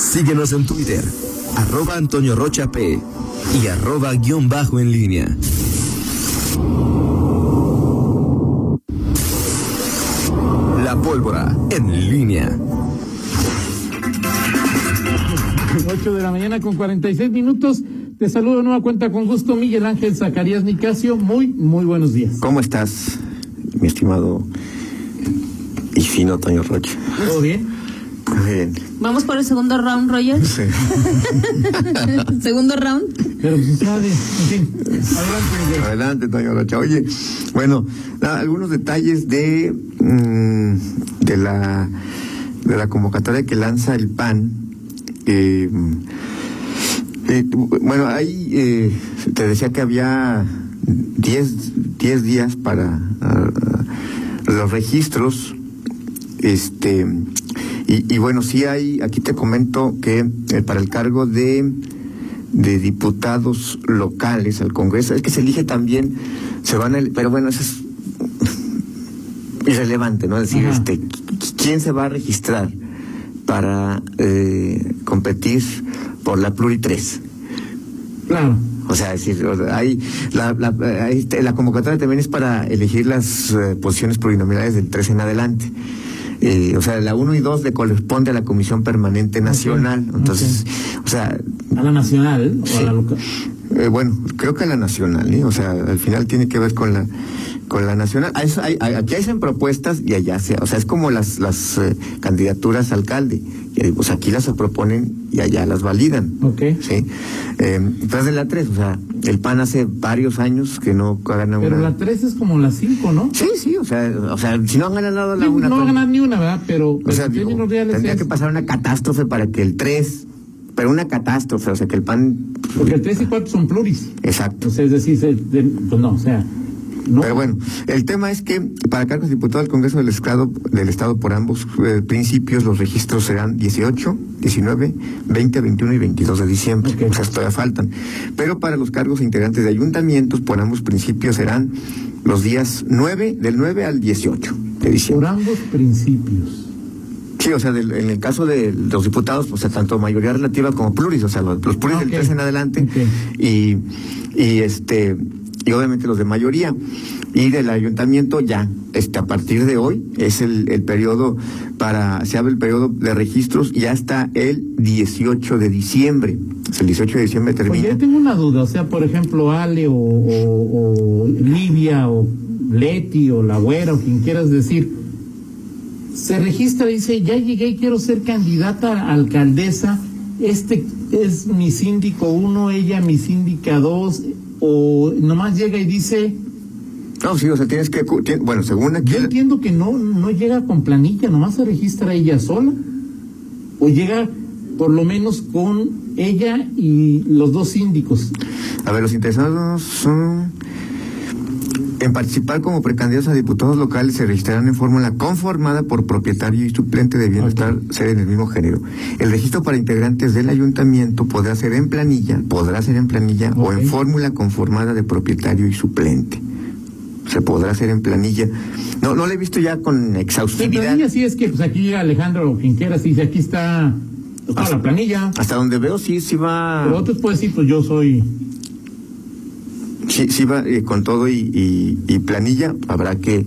Síguenos en Twitter, arroba Antonio Rocha P y arroba guión bajo en línea. La pólvora en línea. 8 de la mañana con 46 minutos. Te saludo de nueva cuenta con gusto, Miguel Ángel Zacarías Nicasio. Muy, muy buenos días. ¿Cómo estás, mi estimado y fino Toño Rocha? ¿Todo bien? Muy bien. Vamos por el segundo round, Roger. Sí. segundo round. Pero se sabe. En fin, adelante. Adelante, Toño Rocha. Oye, bueno, nada, algunos detalles de, mm, de, la, de la convocatoria que lanza el PAN. Eh, eh, bueno, ahí eh, te decía que había 10 10 días para ah, los registros. Este, y, y bueno, sí hay, aquí te comento que eh, para el cargo de, de diputados locales al Congreso, es que se elige también, se van a, ele- pero bueno, eso es irrelevante, ¿no? Es decir, Ajá. este, qui- ¿quién se va a registrar para eh, competir por la Pluri 3? Claro. O sea, es decir, o sea, hay, la, la, eh, ahí te- la convocatoria también es para elegir las eh, posiciones plurinominales del 3 en adelante. Eh, o sea, la 1 y 2 le corresponde a la Comisión Permanente Nacional. ok. Entonces, o sea, A la nacional o a Sí. la local. eh, bueno, creo que a la nacional, ¿eh? o sea, al final tiene que ver con la con la nacional. Ah, eso hay- hay- aquí hacen propuestas y allá se, o sea, es como las las eh, candidaturas a alcalde. Eh, pues aquí las proponen y allá las validan. Ok. Sí. Eh, entonces de la 3, o sea, el PAN hace varios años que no gana Pero una. la 3 es como la 5, ¿no? Sí, sí, o sea, o sea, si no han ganado la Sí, una. no va a Toño. ganar ni una, ¿verdad? Pero, O pero sea, en digo, términos reales tendría es- que pasar una catástrofe para que el 3, pero una catástrofe, o sea, que el PAN. Porque el 3 y 4 son pluris. Exacto. Entonces, es decir, se- de- pues no, o sea. No. Pero bueno, el tema es que para cargos de diputado del Congreso del Estado, del Estado por ambos eh, principios, los registros serán 18, 19, 20, 21 y 22 de diciembre. Ok. O sea, todavía faltan. Pero para los cargos integrantes de ayuntamientos por ambos principios serán los días 9, del 9 al 18 de Por diciembre. ambos principios. Sí, o sea, del- en el caso de los diputados, pues, o sea, tanto mayoría relativa como pluris, o sea, los, los pluris Ah, ok. del 3 en adelante Ok. y, y este y obviamente los de mayoría y del ayuntamiento ya este, a partir de hoy es el, el periodo para se abre el periodo de registros y hasta el 18 de diciembre. O sea, el 18 de diciembre termina. Oye, tengo una duda, o sea, por ejemplo, Ale o, o- o Livia o Leti o la güera o quien quieras decir, se registra y dice, ya llegué y quiero ser candidata a alcaldesa, este es mi síndico uno, ella mi síndica dos, o nomás llega y dice, No, sí, o sea, tienes que cu- tien- bueno, según aquí yo entiendo que no, no llega con planilla, nomás se registra ella sola, o llega por lo menos con ella y los dos síndicos. A ver, los interesados son en participar como precandidatos a diputados locales se registrarán en fórmula conformada por propietario y suplente debiendo Ok. estar ser en el mismo género. El registro para integrantes del ayuntamiento podrá ser en planilla, podrá ser en planilla o Ok. en fórmula conformada de propietario y suplente. Se podrá hacer en planilla. No, no lo he visto ya con La exhaustividad. planilla sí es que pues aquí Alejandro o quien quiera sí dice aquí está toda la planilla. Hasta donde veo sí, sí va. Pero otros pueden decir pues yo soy Sí, sí va eh, con todo y, y- y planilla. Habrá que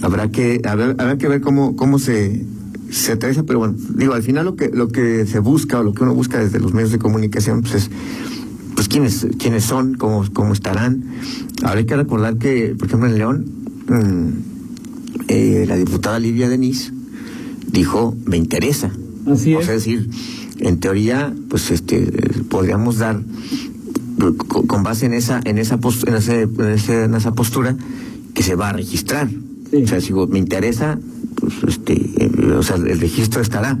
habrá que habrá, habrá que ver cómo cómo se se aterriza, pero bueno, digo, al final lo que lo que se busca o lo que uno busca desde los medios de comunicación pues es pues quiénes quiénes son, cómo cómo estarán. Habrá que recordar que, por ejemplo, en León mm, eh, la diputada Livia Denis dijo, "Me interesa." así O es. sea, es decir, en teoría, pues este eh, podríamos dar eh, co- con base en esa en esa pos- en, ese- en ese- en esa postura que se va a registrar. Sí. O sea, si me interesa, pues este, eh, o sea, el registro estará.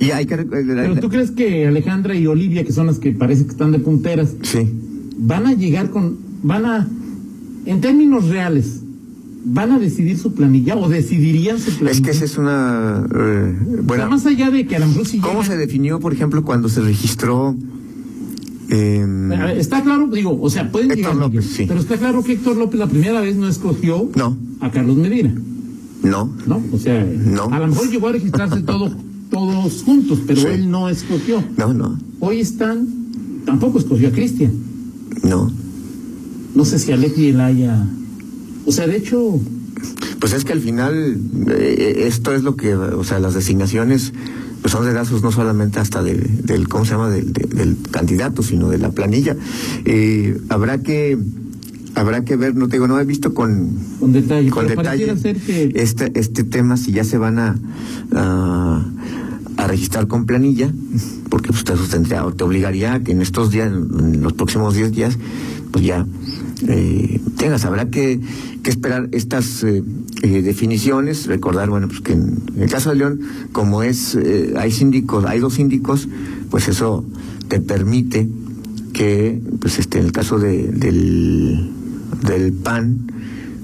Y hay que rec- eh, la- Pero tú crees que Alejandra y Olivia que son las que parece que están de punteras sí. van a llegar con van a en términos reales van a decidir su planilla o decidirían su planilla. Es que esa es una eh, O sea, buena. más allá de que a lo mejor si ¿Cómo se llegan- definió, por ejemplo, cuando se registró? em, A ver, está claro, digo, o sea, pueden Héctor llegar, Miguel, López, sí. pero está claro que Héctor López la primera vez no escogió No. a Carlos Medina. no, ¿no? O sea, No. a lo mejor llegó a registrarse todo todos juntos, pero Sí. él no escogió. No, no, Hoy están, tampoco escogió a Cristian. no. No sé si Aleti él haya. O sea, de hecho, Pues es que al final eh, esto es lo que, o sea, las designaciones pues son dedazos no solamente hasta de- del, ¿cómo se llama?, del, de- del candidato, sino de la planilla. Eh, habrá que, habrá que ver, no te digo, no he visto con, con detalle. con pero detalle pareciera ser que. este, este tema, si ya se van a, a, a registrar con planilla, porque usted tendría, o te obligaría a que en estos días, en los próximos 10 días, pues ya eh, tengas, habrá que, que esperar estas eh, eh, definiciones, recordar, bueno, pues que en, el caso de León, como es, eh, hay síndicos, hay dos síndicos, pues eso te permite que, pues este, en el caso de- del, del PAN,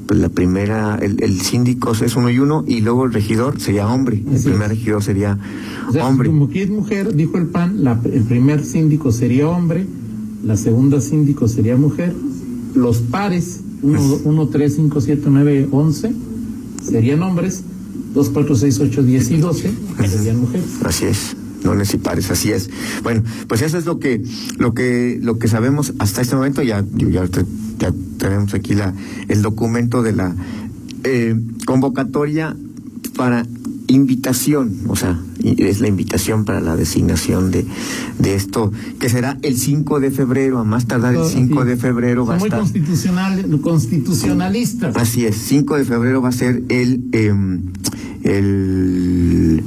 pues la primera, el, el síndico es uno y uno, y luego el regidor sería hombre. El Así primer es. regidor sería o sea, hombre. Como que es mujer, dijo el PAN, la- el primer síndico sería hombre, la segunda síndico sería mujer, los pares, Pues. 1, 3, 5, 7, 9, 11, serían hombres, 2, 4, 6, 8, 10 y 12 serían mujeres. Así es. No ni si pares, así es. Bueno, pues eso es lo que, lo que, lo que sabemos hasta este momento. Ya, ya, te- ya tenemos aquí la, el documento de la eh, convocatoria para invitación, o sea, y- es la invitación para la designación de, de esto, que será el 5 de febrero, a más tardar el 5 de febrero Pues, Son Ah, va a muy estar. constitucional, constitucionalistas. Así es, 5 de febrero va a ser el, em, el,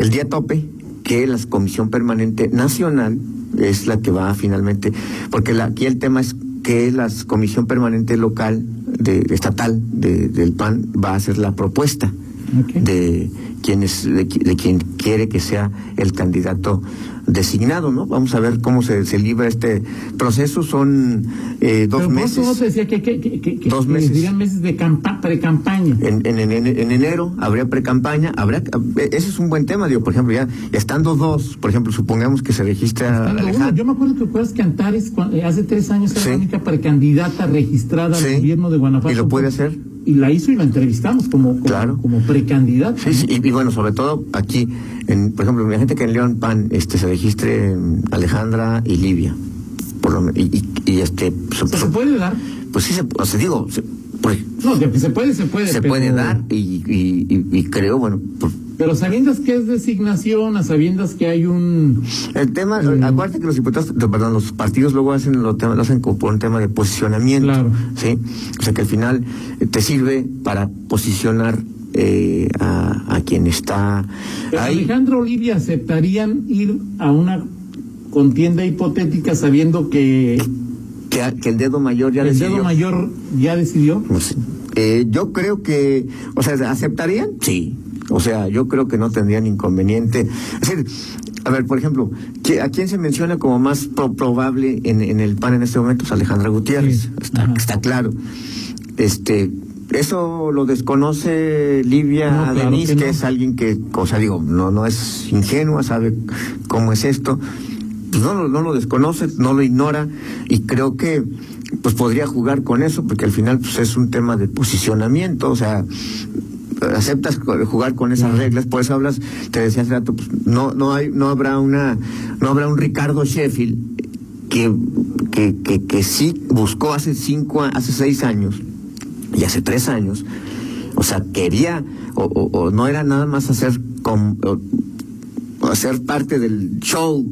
el día tope que la Comisión Permanente Nacional es la que va finalmente, porque la- aquí el tema es que la Comisión Permanente Local, de, estatal de- del PAN, va a hacer la propuesta Ok. de quienes de, qui- de quien quiere que sea el candidato designado, ¿no? Vamos a ver cómo se, se libra este proceso. Son eh, dos Pero por eso meses. no te decía que, que, que, que- que- Dos que meses. Eh, digan meses de campa- pre-campaña. En, en, en, en enero habría pre-campaña, habrá, ese es un buen tema, digo, por ejemplo, ya ya estando dos, por ejemplo, supongamos que se registra Cuando uno- yo Alejandro. me acuerdo que recuerdas que Antares cua- eh, hace tres años era Sí. la única precandidata registrada Sí. al gobierno de Guanajuato. Y lo puede hacer. Y la hizo y la entrevistamos como, como, Claro. como precandidata. Sí, sí, y, y bueno, sobre todo aquí, en, por ejemplo, la gente que en León Pan este, se registre em, Alejandra y Livia, por lo, men- y, y, y, este, su- O sea, se su- puede dar. pues sí, se, o sea, digo, se, pues, No, que se puede, se puede. se pero- puede dar y, y, y, y creo, bueno, por- Pero sabiendas que es designación, a sabiendas que hay un. El tema, Mm. acuérdate que los diputados, perdón, los partidos luego hacen lo, tema- lo hacen como por un tema de posicionamiento, Claro. ¿sí? O sea que al final eh, te sirve para posicionar eh, a, a quien está Pero ahí. Alejandro Olivia aceptarían ir a una contienda hipotética sabiendo que Que, a- que el dedo mayor ya el decidió. dedo mayor ya decidió. Pues, eh, yo creo que, o sea, ¿aceptarían? Sí. O sea, yo creo que no tendrían inconveniente. Es decir, a ver, por ejemplo, ¿qui- ¿a quién se menciona como más pro- probable en, en el PAN en este momento? Pues Alejandra Gutiérrez, Sí. está, Ajá. está claro. Este, eso lo desconoce Livia No, claro Denis, que que, no. es alguien que, o sea, digo, no, no es ingenua, sabe cómo es esto. Pues no, lo- no lo desconoce, no lo ignora y creo que pues podría jugar con eso porque al final pues es un tema de posicionamiento, o sea, aceptas co- jugar con esas reglas, por eso hablas, te decía hace rato, pues, no, no hay, no habrá una, no habrá un Ricardo Sheffield que, que, que, que sí buscó hace cinco, a- hace seis años y hace tres años, o sea, quería, o, o- o no era nada más hacer com- o- o hacer parte del show,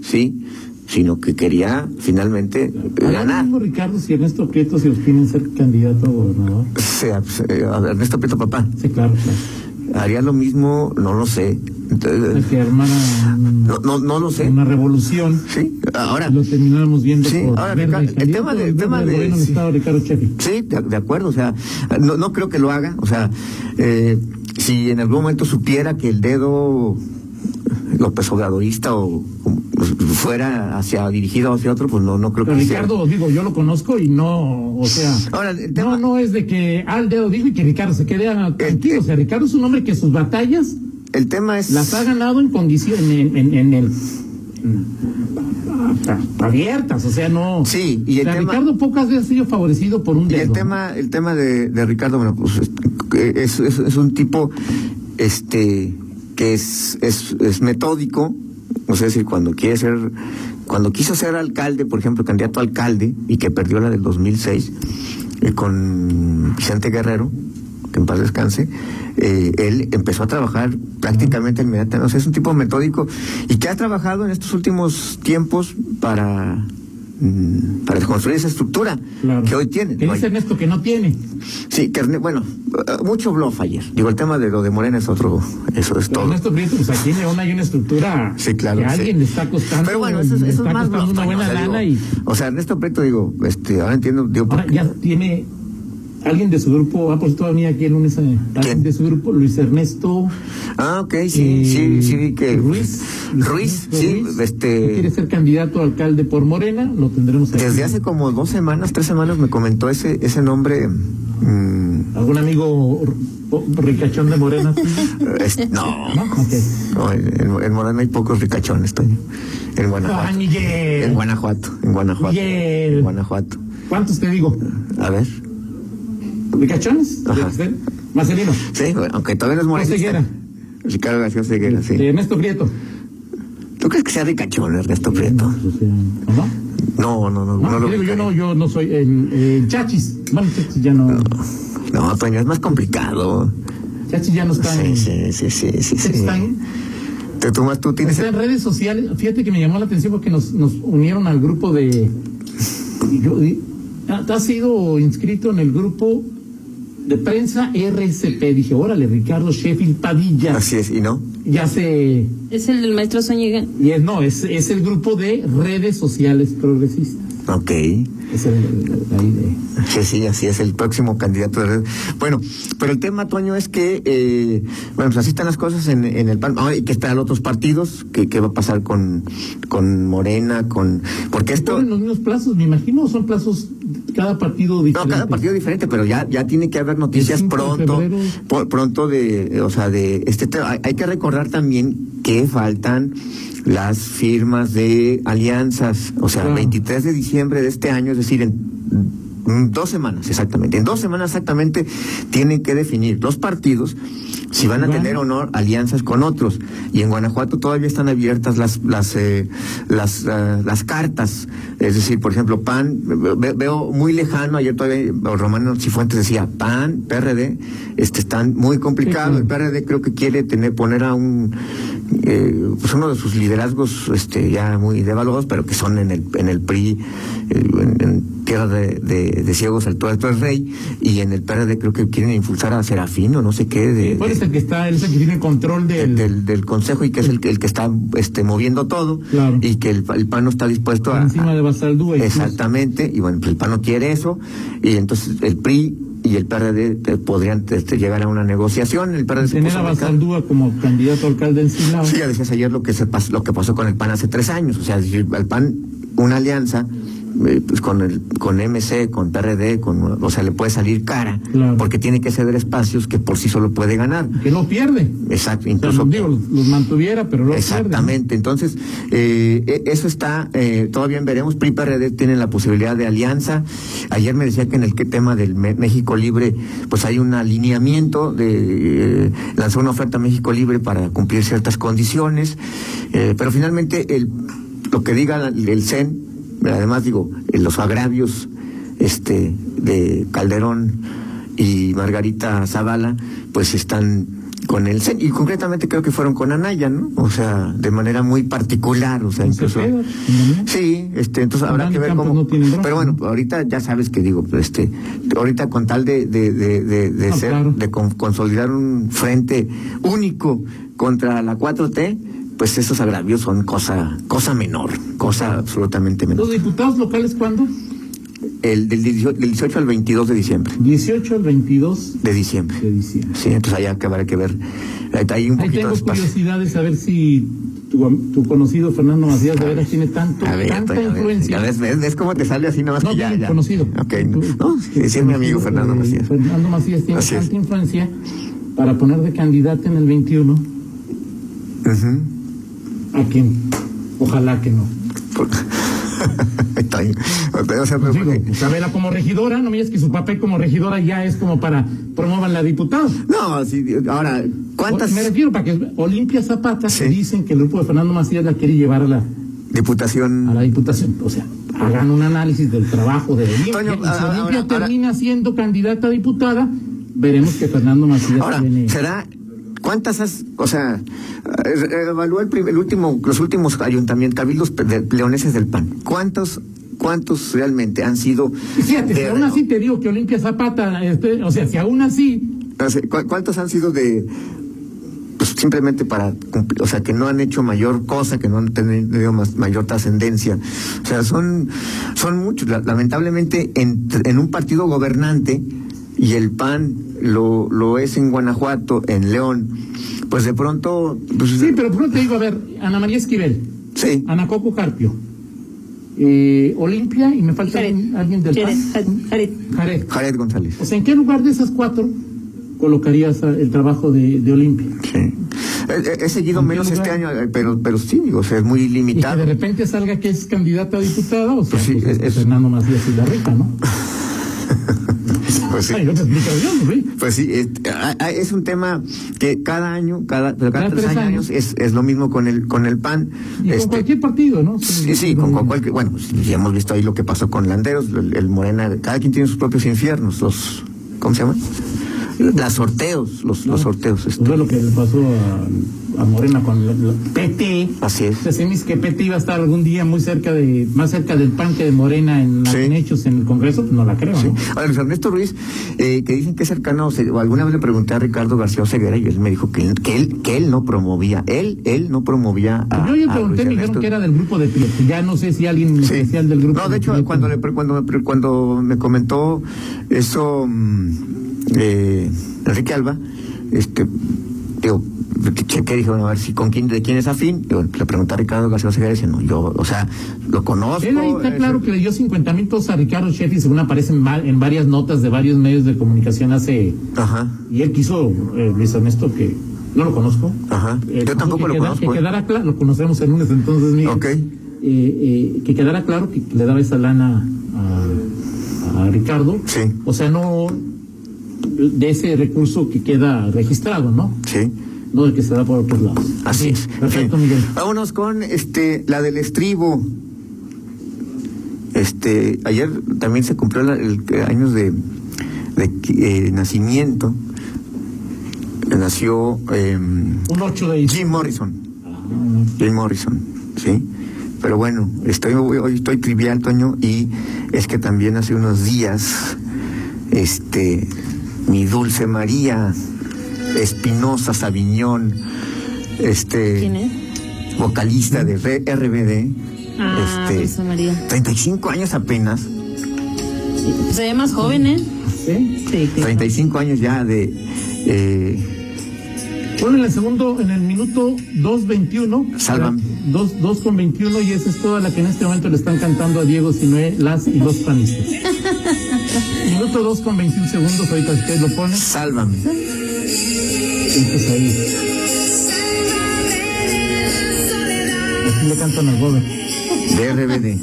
¿sí? Sino que quería finalmente eh, Ahora ganar. mismo, Ricardo, si Ernesto Prieto se obtiene ser candidato a gobernador. O sea, pues, eh, a ver, Ernesto Prieto Papá, Sí, claro, claro. ¿haría lo mismo? No lo sé. O Entonces, sea, que armara un- no, no, no lo sé. Pues una revolución. Sí, ahora. Lo terminamos viendo Sí, por ahora, verde, Ricardo, el candidato tema de- del tema verde de- del gobierno del sí. Estado, Ricardo Sheffield. Sí, de, de acuerdo, o sea, no, no creo que lo haga, o sea, eh, si en algún momento supiera que el dedo López Obradorista o, o fuera hacia dirigido hacia otro, pues no, no creo Pero que sea. Ricardo, digo, yo lo conozco y no, o sea, Ahora, el no, tema- no es de que al dedo dijo y que Ricardo se quede tranquilo. O sea, Ricardo es un hombre que sus batallas El tema es las ha ganado en condiciones, en, en, en el en- abiertas, o sea, no. Sí, y el O sea, tema- Ricardo pocas veces ha sido favorecido por un Y dedo. el tema, el tema de, de Ricardo, bueno, pues es, es- es un tipo este que es, es, es metódico, o sea, si cuando quiere ser, cuando quiso ser alcalde, por ejemplo, candidato a alcalde y que perdió la del 2006 eh, con Vicente Guerrero, que en paz descanse, eh, él empezó a trabajar prácticamente inmediatamente. O sea, es un tipo metódico y que ha trabajado en estos últimos tiempos para mm, para construir esa estructura Claro. que hoy tiene. Que ¿no? dice Ernesto que no tiene. Sí, que, Erne- bueno, eh, mucho bluff ayer. Digo, el tema de lo de Morena es otro, eso es Pero todo. Ernesto Prieto, pues aquí en León hay una estructura Sí, claro, que a sí. alguien le está costando, Pero bueno, eso, es- le eso está es más costando bluff, una Toño, buena o sea, lana digo, y O sea, Ernesto Preto, digo, este, ahora entiendo, digo, por ahora qué- ya tiene alguien de su grupo, ah, por cierto, venía aquí el lunes, eh, alguien ¿Quién? de su grupo, Luis Ernesto Ah, ok, sí, eh, sí, sí, vi que... Ruiz, Ruiz, Ernesto sí, Ruiz, que quiere este... ser candidato a alcalde por Morena, lo tendremos aquí. Desde hace como dos semanas, tres semanas me comentó ese, ese nombre... mm, algún amigo r- ricachón de Morena. ¿sí? es- no, ¿No? Ok. no, en, en- en Morena hay pocos ricachones, Toño. En Ah, Guanajuato. Miguel. En Guanajuato, en Guanajuato. Miguel. En Guanajuato. ¿Cuántos te digo? A ver. ¿Ricachones? Ajá. ¿De- de- Marcelino. Sí, bueno, aunque todavía no es José morenista. Higuera. Ricardo García Seguera, sí. De Ernesto Eh, Prieto. ¿Tú crees que sea ricachón Ernesto Prieto? Pues, o sea, ¿o ¿No? No, no, no, no, No, lo te digo, Ah, yo ubicaría. no, yo no soy el, el Chachis. Bueno, Chachis ya no. No, Toño, es más complicado. Chachis ya no está en. ¿eh? Sí, sí, sí, sí, sí. sí. Está, en, Te tomas, tú tienes... está en redes sociales. Fíjate que me llamó la atención porque nos, nos unieron al grupo de. y yo- y- ah, has sido inscrito en el grupo de prensa RCP. Dije, órale, Ricardo Sheffield Padilla. Así es, ¿y no? Ya se. Es el del maestro Zúñiga. Y es, no, es, es el grupo de redes sociales progresistas. Ok. Es el, el- ahí de- Sí, sí, así es, el próximo candidato de red. Bueno, pero el tema, Toño, es que, eh, bueno, pues así están las cosas en, en el PAN. Ahora hay que estar otros partidos, que, qué va a pasar con, con Morena, con... Porque esto... Ponen los mismos plazos, me imagino, o son plazos de cada partido No, diferente. cada partido diferente, pero ya, ya tiene que haber noticias El 5 de pronto, febrero. por- pronto de, o sea, de este tema. Hay, hay que recordar también que faltan las firmas de alianzas, o sea, Claro. 23 de diciembre de este año, es decir, en mm, dos semanas exactamente, en dos semanas exactamente tienen que definir los partidos si van a Van. tener o no alianzas con otros. Y en Guanajuato todavía están abiertas las las eh, las, ah, las cartas. Es decir, por ejemplo, PAN, ve- veo muy lejano, ayer todavía Romano Cifuentes decía, PAN, PRD, este, están muy complicados. Sí, El claro. PRD creo que quiere tener, poner a un, eh, pues uno de sus liderazgos este, ya muy devaluados, pero que son en el, en el PRI, eh, en, en Tierra de, de, de Ciegos, el Tuerto del Rey, y en el PRD creo que quieren impulsar a Serafino, no sé qué. De, Eh, ¿Cuál es el que está, él es el que tiene el control del. del, del, del consejo y que es el, que- el que está este, moviendo todo Claro. y que el, el PAN no está dispuesto a, encima de Basaldúa? y- exactamente y bueno pues el PAN no quiere eso y entonces el PRI y el PRD te- podrían este, llegar a una negociación el PRD se Tener puso a muy caro. Basaldúa como candidato a alcalde en Silao. Sí, ya decías ayer lo que, se pas- lo que pasó con el PAN hace tres años. O sea, es decir, el PAN, una alianza eh, pues con el con MC, con PRD, con, o sea, le puede salir cara. Claro. Porque tiene que ceder espacios que por sí solo puede ganar. Que no pierde. Exacto, O sea, incluso. los, digo, los, los mantuviera, pero no Exactamente, entonces eh, e- eso está, eh, todavía veremos, PRI PRD tienen la posibilidad de alianza. Ayer me decía que en el que tema del Me- México Libre, pues hay un alineamiento de eh, lanzó una oferta a México Libre para cumplir ciertas condiciones, eh, pero finalmente el, lo que diga la- el CEN, además digo, eh, los agravios este de Calderón y Margarita Zavala, pues están con el CEN, y concretamente creo que fueron con Anaya, ¿no? O sea, de manera muy particular, o sea, Con incluso... Cepeda, con Damián. Sí, este, entonces Con habrá Dani que ver Campos cómo... no tienen bronca, pero bueno, ahorita ya sabes que digo, pues, este, ahorita con tal de, de, de, de, de Ah, ser, claro. de con- consolidar un frente único contra la 4T, pues esos agravios son cosa, cosa menor, cosa absolutamente menor. ¿Los diputados locales cuándo? El del 18, del 18 al 22 de diciembre, 18 al 22 de diciembre. de diciembre. Sí, entonces allá que habrá que ver. Ahí Hay un Ahí poquito tengo de espacio. curiosidad de saber si tu, am- tu conocido Fernando Macías de veras tiene tanto, A ver, tanta Toño, a ver, influencia. ya ves, ves, ves cómo te sale así nomás no, que ya, tiene ya. conocido. Ok, no, sí, sí es mi amigo Fernando Eh, Macías. Fernando Macías tiene Así es. tanta influencia para poner de candidato en el 21 Ujú. a quien ojalá que no. Por- Está bien. O sea, pero Pues Digo, porque- Isabela como regidora, no me digas que su papel como regidora ya es como para promover la diputada. No, sí, ahora, ¿cuántas O- Me refiero para que Olimpia Zapata Sí. que dicen que el grupo de Fernando Macías la quiere llevar a la, a diputación? la diputación. O sea, hagan un análisis del trabajo de Olimpia. Toño, y si ahora- Olimpia ahora- termina siendo candidata a diputada, veremos que Fernando Macías Ahora, tiene. ¿será cuántas has, o sea, eh, evalúa el, prim- el último, los últimos ayuntamientos, cabildos pe- de- leoneses del PAN? ¿Cuántos, cuántos realmente han sido? Y Fíjate, si de- aún así te digo que Olimpia Zapata, este, o sea, si aún así No sé, ¿cu- ¿Cuántos han sido de pues, simplemente para cumplir, o sea, que no han hecho mayor cosa, que no han tenido más- mayor trascendencia? O sea, son, son muchos. La- Lamentablemente, en, en un partido gobernante, y el PAN lo, lo es en Guanajuato, en León, pues de pronto. pues, Sí, pero pronto te digo, a ver, Ana María Esquivel, sí. Ana Coco Carpio, eh, Olimpia y me falta Jared. alguien, alguien del Jared, PAN. Jared, Jared. Jared. Jared González. O sea, ¿en qué lugar de esas cuatro colocarías a- el trabajo de, de Olimpia? Sí. He, he- he seguido ¿En qué menos este lugar? año, eh, pero, pero sí, digo, o sea, es muy Y que limitado. de repente salga que es candidata a diputada, o sea, Pues sí, pues, es- es- Fernando Macías y la rica, ¿no? Pues sí. Ay, no te explico yo, ¿no? ¿sí? Pues sí, es, a- a- es un tema que cada año, cada, pero cada tres, años, es, es lo mismo con el con el PAN. Y con Este, cualquier partido, ¿no? sí, sí, con, con cualquier, bueno, pues, ya hemos visto ahí lo que pasó con Landeros, el, el Morena, cada quien tiene sus propios infiernos, los ¿cómo se llaman? Las sorteos, los, los sorteos, Pues este, ve lo que le pasó a, a Morena con la- la- PT. así es. Decimos que PT iba a estar algún día muy cerca de, más cerca del pan que de Morena en, Sí. en hechos en el Congreso, pues no la creo, ¿no? A ver, Luis Ernesto Ruiz, eh, que dicen que es cercano, o se- o alguna vez le pregunté a Ricardo García Oseguera y él me dijo que, que él que él no promovía, él él no promovía a Pues Yo le pregunté, a Ah, Luis me dijeron Ernesto. que era del grupo de Prieto. Ya no sé si alguien en Sí. especial del grupo No, de hecho, Prieto. cuando, le, pre- cuando, me pre- cuando me comentó eso mm, eh, Enrique Alba, este, digo, chequé, dije, bueno, a ver si con quién, de quién es afín. Digo, le pregunté a Ricardo García Segura y dice, no, yo, o sea, lo conozco. Él ahí está es- claro que le dio 50 mil pesos a Ricardo Sheffield, según aparecen en, va- en varias notas de varios medios de comunicación hace... Ajá. Y él quiso, eh, Luis Ernesto, que no lo conozco. Ajá. Eh, Yo tampoco que lo queda- conozco, Que ¿eh? quedara claro, lo conocemos el lunes entonces, Miguel. Ok. Eh, eh, que quedara claro que le daba esa lana a, a Ricardo. Sí. O sea, no de ese recurso que queda registrado, ¿no? Sí. No el que se da por otros lados. Así es. Perfecto, Sí. Miguel. Vámonos con este la del estribo. Este, ayer también se cumplió la- el, eh, años de, de eh, nacimiento. Nació em, Un 8 de Jim Morrison. Ah, Jim Morrison, ¿sí? Pero bueno, estoy, hoy hoy estoy trivial, Toño, y es que también hace unos días, este, mi dulce María Espinosa Sabiñón, este... ¿Quién es? Vocalista de R- RBD. Ah, Este. Dulce María. 35 años apenas, Se ve más joven, ¿eh? ¿sí? Sí, 35 años ya de... eh, Bueno, en el segundo, en el minuto 2.21. Sálvame. 2, 2 con 21 y esa es toda la que en este momento le están cantando a Diego Sinue, las y los panistas. minuto 2 con 21 segundos, ahorita usted lo pone. sálvame. Entonces ahí. Así le cantan al boda. De RBD.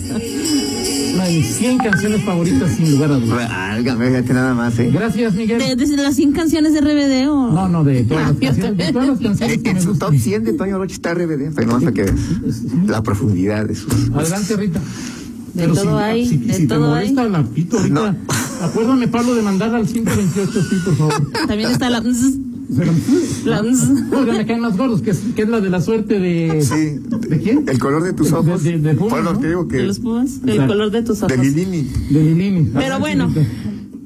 Una de mis 100 canciones favoritas, sin lugar a dudas. Válgame, fíjate nada más, ¿eh? Gracias, ¿De, Miguel. de las 100 canciones de RBD o...? No, no, de todas las canciones. De todas las canciones En, que en me su top gustan. 100 de Toño Rocha está RBD, pero no hasta que veas la profundidad de sus... Adelante, Rita. De todo hay, si, de si todo te molesta, hay. la pito ahorita. No. Acuérdame, Pablo, de mandar al 128, sí, por favor. También está la... Pero- la Oigan, me caen más gordos, que es, que es la de la suerte de... Sí. ¿De quién? El color de tus De- ojos. de- de Pumas, Fue lo ¿no? que digo que... de los pumas, el Exacto. color de tus De ojos. Lilini. De Lilini. Pero Adelante, bueno, Rita.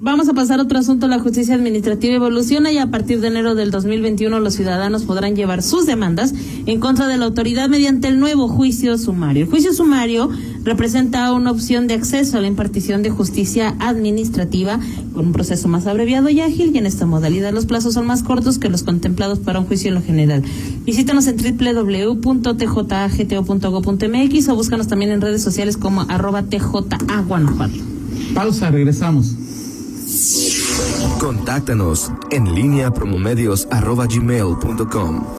vamos a pasar a otro asunto. La justicia administrativa evoluciona y a partir de enero del 2021 los ciudadanos podrán llevar sus demandas en contra de la autoridad mediante el nuevo juicio sumario. El juicio sumario representa una opción de acceso a la impartición de justicia administrativa con un proceso más abreviado y ágil y en esta modalidad los plazos son más cortos que los contemplados para un juicio en lo general. Visítanos en www.tjagto.go.mx o búscanos también en redes sociales como arroba tja Guanajuato. Pausa, regresamos. Contáctanos en línea promomedios.com.